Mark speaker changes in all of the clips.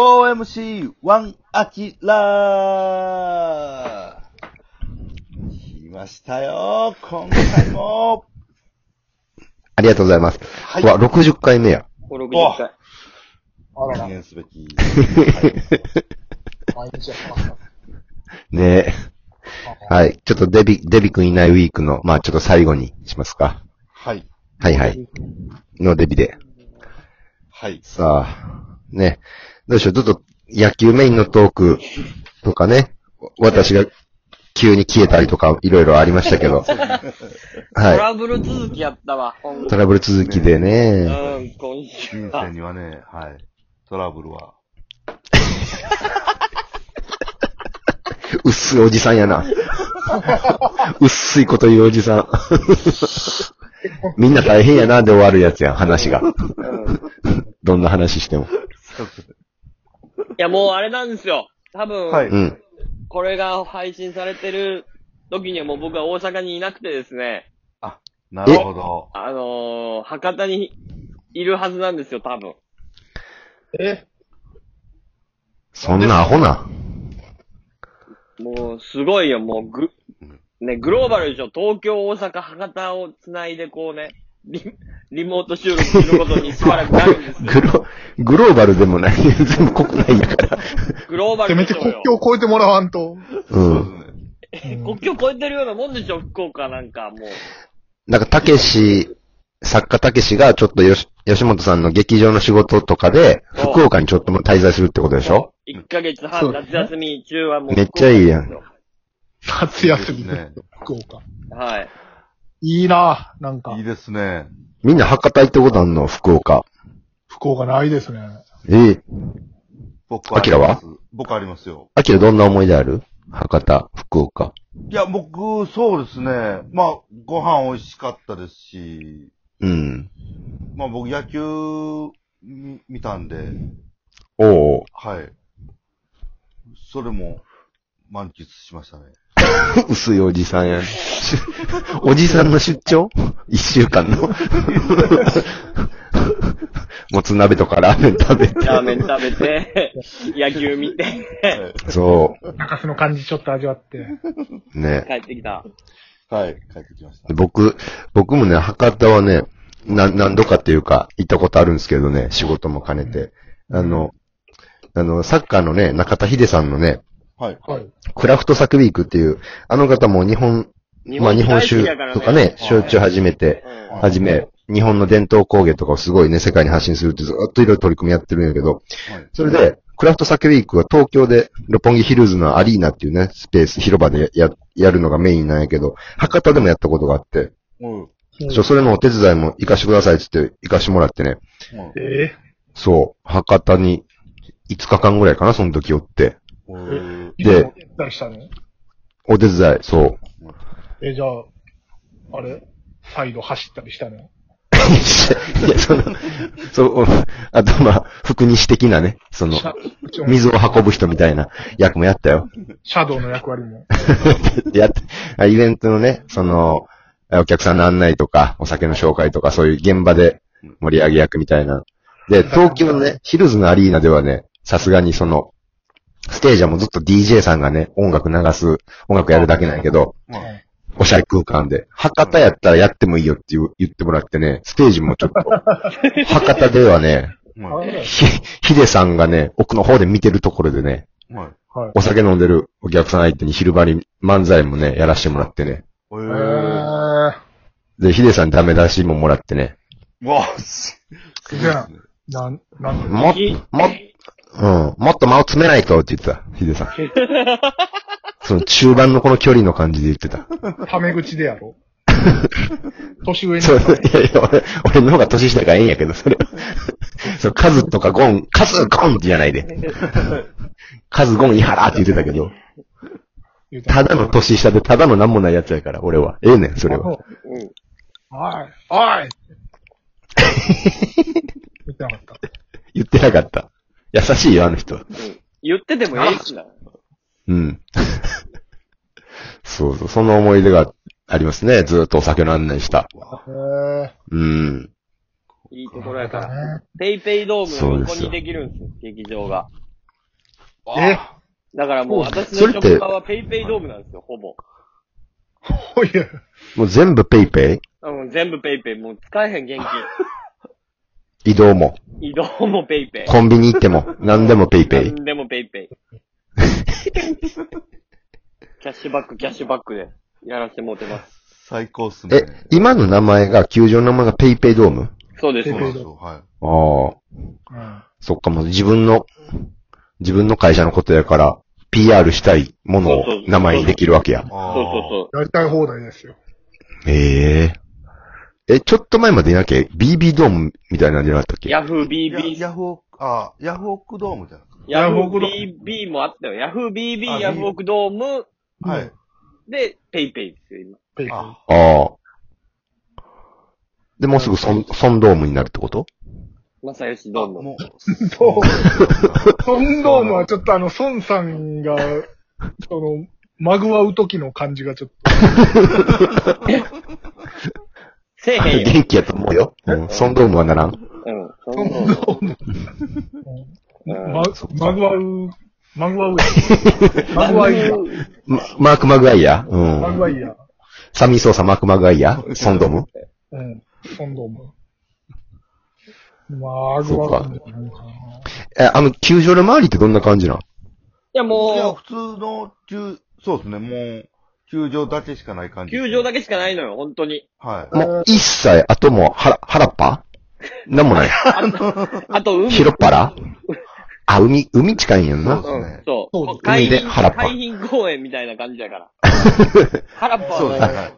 Speaker 1: 4MC1 アキラー来ましたよ今回も
Speaker 2: ありがとうございます。
Speaker 1: はいう
Speaker 2: わ、60回目や。
Speaker 3: 5、60回。
Speaker 4: あ
Speaker 1: 記
Speaker 4: らら、
Speaker 1: 念すべき。
Speaker 4: 毎日やってますか
Speaker 2: ねえ。はい。ちょっとデビ、デビ君いないウィークの、まあちょっと最後にしますか。
Speaker 1: はい。
Speaker 2: はいはい。のデビで。
Speaker 1: はい。
Speaker 2: さあ、ね。どうしよう、ちょっと野球メインのトークとかね。私が急に消えたりとか、いろいろありました けど。
Speaker 3: ト
Speaker 2: は
Speaker 3: ラブル続きやったわ、ほん
Speaker 2: い。
Speaker 3: ま
Speaker 2: トラブル続きで
Speaker 3: う
Speaker 2: ね。
Speaker 3: ん、今週
Speaker 1: 人生
Speaker 3: は。
Speaker 1: にはね、はい。トラブルは。
Speaker 2: 薄いおじさんやな。薄いこと言うおじさん。みんな大変やなで終わるやつやん、話が。
Speaker 3: うん。い
Speaker 2: どんな話しても。
Speaker 3: や、もうあれなんですよ。多分、
Speaker 1: はい
Speaker 2: うん。
Speaker 3: これが配信されてる時にはもう僕は大阪にいなくてですね、
Speaker 1: なるほど。
Speaker 3: あのー、博多にいるはずなんですよ、多分。
Speaker 4: え
Speaker 2: そんなアホな。
Speaker 3: もう、すごいよ、もう、ぐ、ね、グローバルでしょ、東京、大阪、博多をつないでこうね、リ、リモート収録することにしばらくなるんです よ。
Speaker 2: グロ、グローバルでもない。全部国内やから。
Speaker 3: グローバ
Speaker 4: せ
Speaker 3: ル
Speaker 4: め
Speaker 3: で
Speaker 4: て
Speaker 3: しょう
Speaker 4: 国
Speaker 3: よ。
Speaker 4: 境を越えてもらわんと。
Speaker 2: う
Speaker 1: そ
Speaker 2: ん。
Speaker 1: うですね。
Speaker 3: 国境越えてるようなもんでしょ、福岡なんか、もう。
Speaker 2: なんか、たけし、作家たけしがちょっとよし、吉本さんの劇場の仕事とかで、
Speaker 3: そう
Speaker 2: 福岡にちょっとも滞在するってことでしょ
Speaker 3: 一ヶ月
Speaker 4: そ
Speaker 3: 半、
Speaker 4: うで
Speaker 3: 夏
Speaker 4: すね
Speaker 3: 休み中はもう。
Speaker 2: めっちゃいいやん
Speaker 3: 福岡で
Speaker 4: 夏休み
Speaker 1: いいですね。
Speaker 4: 福岡。
Speaker 3: すよはい。
Speaker 4: いいなぁ、なんか
Speaker 1: いい。ですね。
Speaker 2: みんな博多行ったことあんの福岡。
Speaker 4: 福岡ないですね。
Speaker 2: ええ。
Speaker 1: 僕あります僕ありますよ。
Speaker 2: あきらどんな思い出ある博多、福岡。
Speaker 1: いや、僕、そうですね。まあ、ご飯美味しかったですし、
Speaker 2: うん。
Speaker 1: まあ僕野球見見たんで、
Speaker 2: おう
Speaker 1: はい。それも、満喫しましたね。
Speaker 2: おう。薄いおじさんや ね。おじさんの出張一週間の。 もつ鍋とかラーメン食べて。
Speaker 3: ラーメン食べて、 野球見て、
Speaker 2: そ
Speaker 4: 中洲の感じちょっと味わって。
Speaker 2: う。ね。
Speaker 3: 帰ってきた。
Speaker 1: はい。帰ってきました。
Speaker 2: 僕、僕もね、博多はね、な、何度かっていうか、行ったことあるんですけどね、仕事も兼ねて。あの、あの、サッカーのね、中田秀さんのね、
Speaker 1: はい。
Speaker 4: はい。
Speaker 2: クラフトサクウィークっていう、あの方も日本、まあ日本酒とかね、
Speaker 3: 大好
Speaker 2: 焼
Speaker 3: き
Speaker 2: 酎
Speaker 3: だら
Speaker 2: 始めて、
Speaker 3: うん
Speaker 1: はい
Speaker 2: はじめ、日本の伝統工芸とかをすごいね、世界に発信するってずっといろいろ取り組みやってるんやけど、
Speaker 1: はい。
Speaker 2: それで、クラフトサケウィークは東京で、六本木ヒルズのアリーナっていうね、スペース、広場でや、やるのがメインなんやけど、博多でもやったことがあって、
Speaker 1: うん。うん。
Speaker 2: ちょ、それのお手伝いも行かしてくださいって言って、行かしてもらってね、
Speaker 4: え
Speaker 2: そう、博多に5日間ぐらいかな、その時おって、
Speaker 1: うん。
Speaker 2: で
Speaker 4: ー、いつも行ったりしたの
Speaker 2: お手伝い、そう。
Speaker 4: え、じゃあ、あれサイド走ったりしたの
Speaker 2: いや、その、そう、あとまあ、福西的なね、その
Speaker 4: シ、ャうちも
Speaker 2: 水を運ぶ人みたいな役もやったよ。
Speaker 4: シャドウの役割も。
Speaker 2: やって、あイベントのね、その、お客さんの案内とか、お酒の紹介とか、そういう現場で盛り上げ役みたいな。で、東京のね、ヒルズのアリーナではね、さすがにその、ステージはもうずっと DJ さんがね、音楽流す、音楽やるだけなんやけど、
Speaker 1: はい
Speaker 2: おしゃれ空間で、博多やったらやってもいいよって言う言ってもらってね、ステージもちょっと、博多ではね、
Speaker 1: はい。
Speaker 4: あれ
Speaker 2: ひ、ヒデさんがね、奥の方で見てるところでね、
Speaker 1: はい。
Speaker 4: はい。
Speaker 2: お酒飲んでるお客さん相手に昼張り漫才もね、やらしてもらってね。
Speaker 1: え
Speaker 4: え
Speaker 1: ー。
Speaker 4: ー、
Speaker 2: で、ヒデさんにダメ出しももらってね。
Speaker 1: うわす
Speaker 4: じゃあ、なん、なん、
Speaker 2: もっ、もっ、うん、もっと間を詰めないとって言ってた、ヒデさん。その中盤のこの距離の感じで言ってた。
Speaker 4: タメ口でやろ年上に。
Speaker 2: そう、いやいや、俺、俺の方が年下からええんやけど、それは。そう、カズとかゴン、カズゴンってじゃないで。カズゴンイハラって言ってたけど、
Speaker 4: 言うて
Speaker 2: ただの年下でただのなんもないやつやから、俺は。ええねん、それは。
Speaker 3: うん。
Speaker 4: おい、おい言ってなかった。
Speaker 2: 言ってなかった。優しいよ、あの人は。
Speaker 3: 言っててもええしな。
Speaker 2: うん。 そうそう、その思い出がありますね。ずっとお酒の案内した。
Speaker 4: へ
Speaker 2: うん。
Speaker 3: いいところや
Speaker 4: え
Speaker 3: から。
Speaker 4: ね。
Speaker 3: ペイペイドームの横にできるんですよ。劇場が。
Speaker 4: え
Speaker 3: だからもう私
Speaker 2: そ
Speaker 3: の
Speaker 2: れって
Speaker 3: 職場はペイペイドームなんですよ、ほぼ。
Speaker 4: こういう。
Speaker 2: もう全部ペイペ
Speaker 3: うん、全部ペイペイ。もう使えへん現
Speaker 2: イ移動も、
Speaker 3: 金。移動もペイペイ。
Speaker 2: コンビニ行って も、何でもペイペイ。
Speaker 3: 何でもペイペイ。 キャッシュバック、キャッシュバックでやらせてもうてます。
Speaker 1: 最高っすね
Speaker 2: え。、今の名前が、球場の名前がペイペイドーム
Speaker 3: そうです
Speaker 1: そうなん
Speaker 3: ね。
Speaker 1: ですよ。は
Speaker 2: ああ、
Speaker 4: うん。
Speaker 2: そっか、もう自分の、自分の会社のことやから、PR したいものを
Speaker 3: そうそう
Speaker 2: 名前にできるわけや
Speaker 1: い。。
Speaker 3: そ
Speaker 1: あ
Speaker 3: う
Speaker 1: ー
Speaker 3: そう
Speaker 4: やりたい放題ですよ。
Speaker 2: えええ、ちょっと前までいなきゃ、BB ドームみたいなんじゃなかったっ
Speaker 3: そう。
Speaker 2: け
Speaker 3: ヤフー
Speaker 1: や
Speaker 3: BB、
Speaker 1: ヤフオク、あーヤフオクドームじゃないですか。
Speaker 3: ヤ
Speaker 4: ヤ
Speaker 3: フ
Speaker 4: フ
Speaker 3: ー
Speaker 4: オクド
Speaker 3: BB もあったよ。ヤフー
Speaker 1: あ
Speaker 3: BB、
Speaker 1: いい
Speaker 3: ヤフオクドーム
Speaker 1: はい。
Speaker 3: でペイペイですよ、今。
Speaker 4: ペイペイ。
Speaker 1: あ、
Speaker 2: ああ。で、もうすぐソン、ソンドームになるってこと
Speaker 3: まさよしド
Speaker 1: あ
Speaker 3: ーム。
Speaker 1: もう、そうですよ。
Speaker 4: ソンドームはちょっとあの、孫さんが、その、まぐわう時の感じがちょっ
Speaker 3: せえへんよ。
Speaker 2: 元気やと思うよ。うん、ソンドームはならん。
Speaker 3: うん。そ
Speaker 4: と、ソ
Speaker 3: ん
Speaker 4: ン
Speaker 3: な
Speaker 4: ドーム。
Speaker 3: うん
Speaker 4: ま、まぐわう、まぐわうや。まぐわいや。
Speaker 3: う
Speaker 2: まマーク・マグワイアう
Speaker 4: まぐわ
Speaker 2: ん。
Speaker 4: いや。
Speaker 2: サミー・ソーサ、マーク・マグワイアソンドーム
Speaker 4: うん。ソンドーム。まぐわうやな。
Speaker 2: え、あの、球場の周りってどんな感じなん
Speaker 3: いや、
Speaker 1: いや、
Speaker 3: も
Speaker 1: 普通の球、そうですね、もう、球場だけしかない感
Speaker 3: う、
Speaker 1: じ。
Speaker 3: 球場だけしかないのよ、本当に。
Speaker 1: はい。
Speaker 2: もう、一切、あとも、はら、はらっぱなんもない。
Speaker 3: あと、海。
Speaker 2: 広っぱらあ、海、海近いんやんな。
Speaker 3: う
Speaker 1: そうです
Speaker 3: ん
Speaker 1: ね、
Speaker 3: そ
Speaker 4: そうで
Speaker 3: う
Speaker 4: す。
Speaker 3: 海
Speaker 2: 海で
Speaker 3: 浜、
Speaker 2: 原っぱ
Speaker 3: 海浜公園みたいな感じだから。原っぱ
Speaker 1: そう
Speaker 3: は
Speaker 1: です
Speaker 3: ね
Speaker 1: ね。はい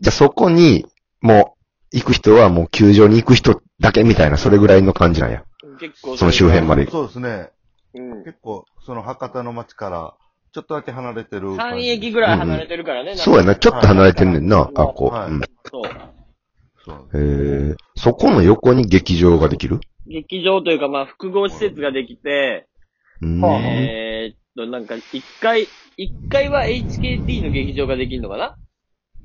Speaker 2: じゃあそこに、もう、行く人はもう球場に行く人だけみたいな、それぐらいの感じなんや。
Speaker 3: 結構
Speaker 2: その周辺まで行く。
Speaker 1: そうですね。
Speaker 3: うん。
Speaker 1: 結構、その博多の街から、ちょっとだけ離れてる感
Speaker 3: 3
Speaker 1: じ。
Speaker 3: 駅ぐらい離れてるからね。
Speaker 2: そうやな、ちょっと離れてんねんな、
Speaker 3: はい
Speaker 2: 学校。
Speaker 1: はい
Speaker 2: うん
Speaker 3: そう。
Speaker 1: そう
Speaker 2: えー、そこの横に劇場ができる
Speaker 3: 劇場というか、まあ、複合施設ができて、
Speaker 2: うーん。
Speaker 4: はあ
Speaker 3: えーっと、なんか、1階、1階は HKT の劇場ができるのかな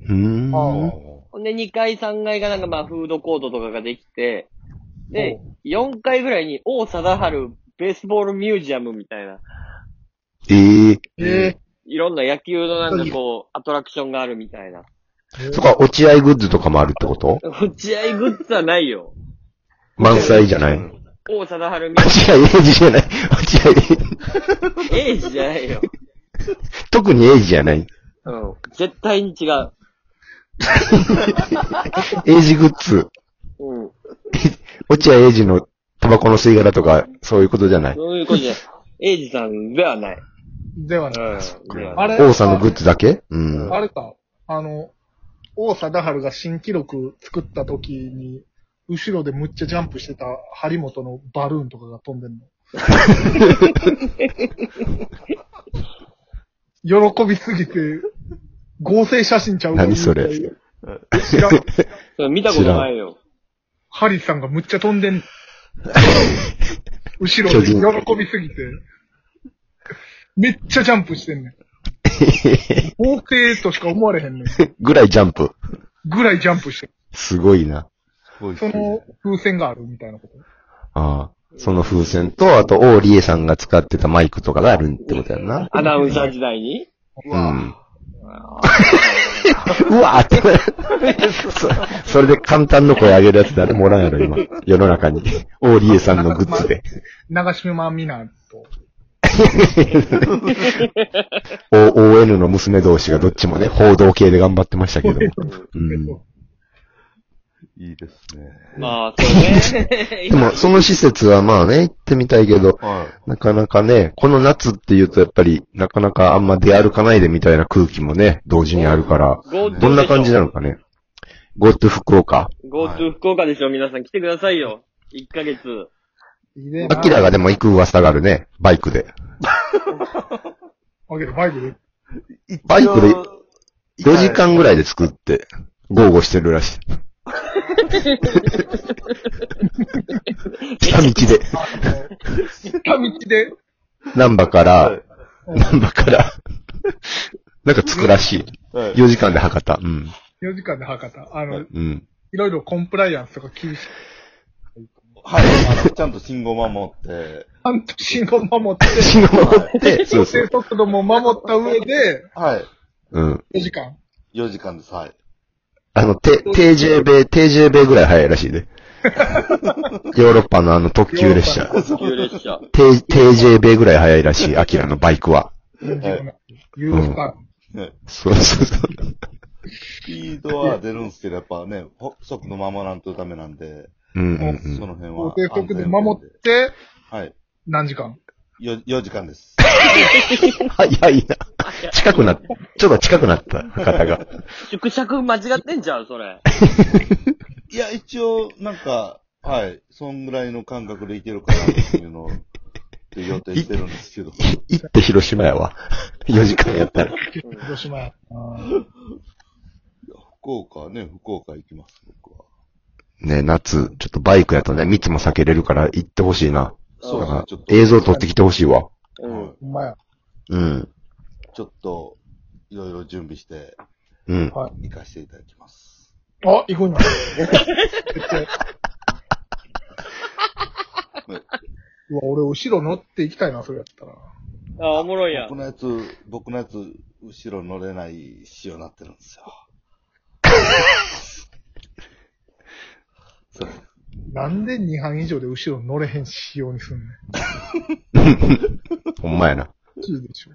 Speaker 2: うーん。
Speaker 3: ほんで、2階、3階がなんか、まあ、フードコートとかができて、で、4階ぐらいに、王貞治ベースボールミュージアムみたいな、
Speaker 2: えー、
Speaker 4: え
Speaker 3: いろんな野球のなんかこう、アトラクションがあるみたいな。
Speaker 2: そこは落合グッズとかもあるってこと
Speaker 3: 落合グッズはないよ。
Speaker 2: 満載じゃない
Speaker 3: 王貞治ミュー
Speaker 2: 落合英二じ
Speaker 3: ジ
Speaker 2: ゃない落合英二。
Speaker 3: アム。エイジじゃないよ。
Speaker 2: 特に英二じゃない
Speaker 3: うん。絶対に違う。
Speaker 2: 英二グッズ。
Speaker 3: うん。
Speaker 2: 落合英二のタバコの吸い殻とか、そういうことじゃない
Speaker 3: そういうことじゃない。エイジさんではない。
Speaker 4: ーではない。
Speaker 3: うん。ではない
Speaker 4: あれ
Speaker 2: 王さんのグッズだけうん。
Speaker 4: あれか、あの、王貞治が新記録作った時に、後ろでむっちゃジャンプしてた張本のバルーンとかが飛んで んの。喜びすぎて、合成写真ちゃう
Speaker 2: 何それ
Speaker 4: 知らん
Speaker 3: それ見たことないよ。
Speaker 4: ハリーさんがむっちゃ飛ん でんの。
Speaker 2: 巨
Speaker 4: 後ろで
Speaker 2: 人
Speaker 4: 喜びすぎて、めっちゃジャンプしてんね ん。合成としか思われへんねん。
Speaker 2: ぐらいジャンプ。
Speaker 4: ぐらいジャンプしてる
Speaker 2: すごいな。
Speaker 1: すごい
Speaker 4: その風船があるみたいなこと。
Speaker 2: ああ。その風船と、あと、王理恵さんが使ってたマイクとかがあるってことやんな。
Speaker 3: アナウンサー時代に。
Speaker 2: うん。うわーって。そ それで簡単の声上げるやつ誰もおらんやろ、今。世の中に。王理恵さんのグッズで。
Speaker 4: 長島みなと。
Speaker 2: O- ON の娘同士がどっちもね、報道系で頑張ってましたけども。うん。
Speaker 1: いいですね。
Speaker 3: まあ、そうね。
Speaker 2: でも、その施設はまあね、行ってみたいけど、
Speaker 1: は
Speaker 2: なかなかね、この夏って言うとやっぱり、なかなかあんま出歩かないでみたいな空気もね、同時にあるから、
Speaker 3: GoTo
Speaker 2: どんな感じなのかね。GoTo 福岡。
Speaker 3: ?GoTo 福岡でしょ、皆さん来てくださいよ。1ヶ月。
Speaker 4: いいね。
Speaker 2: アキラがでも行く噂があるね、バイクで。
Speaker 4: あけど、バイクで。
Speaker 1: い。
Speaker 2: バイクで
Speaker 1: 一応
Speaker 2: 4時間ぐらいで作って、豪語してるら しい。下道で、
Speaker 4: 下道で、
Speaker 2: 難波か
Speaker 1: は
Speaker 2: ら
Speaker 1: い、
Speaker 2: 難波から、なんか着くらしい。
Speaker 1: はい
Speaker 2: 4時間で博多。うん。
Speaker 4: 4時間で博多。あの、い
Speaker 2: うん。
Speaker 4: ろいろコンプライアンスとか厳しい。
Speaker 1: はい。あのちゃんと信号守って、
Speaker 4: 半年後守 って、
Speaker 2: 死のって、そうそう。
Speaker 4: 速度も守った上で、
Speaker 1: はい。
Speaker 2: うん。
Speaker 4: 4時間。
Speaker 1: 4時間です。はい。
Speaker 2: あの、て、定時米、定時米ぐらい早いらしい ね。ヨーロッパのあの特急列車。
Speaker 3: 急列車。
Speaker 2: 定、定時米ぐらい早いらしい、アキラのバイクは。
Speaker 4: 4時間。ユーロスパ
Speaker 2: そうそうそう。
Speaker 1: スピードは出るんですけど、やっぱね、ほ速度守らんとダメなんで、
Speaker 2: うんうんう
Speaker 1: その
Speaker 2: ん。
Speaker 1: 辺
Speaker 4: ン。法
Speaker 1: は。
Speaker 4: 定速度守って、
Speaker 1: はい。
Speaker 4: 何時間
Speaker 1: よ、4時間です。
Speaker 2: 早いな。近くなった。ちょっと近くなった、方 が。
Speaker 3: 縮尺間違ってんじゃん、それ。
Speaker 1: いや、一応、なんか、はい。そんぐらいの感覚でいけるかなっていうのを、予定してるんですけ ど。
Speaker 2: い行って広島 やわ。4時間やったら。
Speaker 4: 広島や。あ
Speaker 1: 福岡はね、福岡行きます、僕は。
Speaker 2: ね、夏、ちょっとバイクやとね、密も避けれるから行ってほしいな。
Speaker 1: そう
Speaker 2: だ
Speaker 1: ですね
Speaker 2: か、
Speaker 1: ちょっと。
Speaker 2: ら映像撮ってきてほしいわ。
Speaker 3: う
Speaker 1: はい。
Speaker 3: ん
Speaker 4: ーほんまや。
Speaker 2: うん。
Speaker 1: ちょっと、いろいろ準備して、
Speaker 2: うん。
Speaker 4: はい。
Speaker 1: 行かせていただきます。
Speaker 4: あ、行く んや。絶対。うわ、俺、後ろ乗って行きたいな、それやったら。
Speaker 3: あ、おもろいやん
Speaker 1: 僕。のやつ、僕のやつ、後ろ乗れない仕様になってるんですよ。そう
Speaker 4: なんで2班以上で後ろ乗れへん仕様にすんねん。
Speaker 2: ほんまやな。
Speaker 4: 普通でしょ。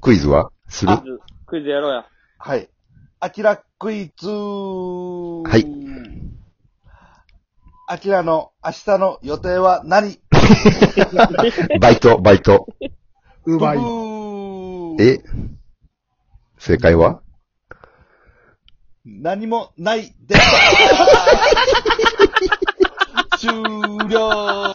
Speaker 2: クイズはする
Speaker 3: クイズクイズやろうや。
Speaker 1: はい。アキラクイズ
Speaker 2: い
Speaker 1: アキラの明日の予定は何
Speaker 2: バイト、バイト。
Speaker 4: ウーバーイーツ
Speaker 1: ブブー
Speaker 2: え正解は
Speaker 1: 何 もないです。終了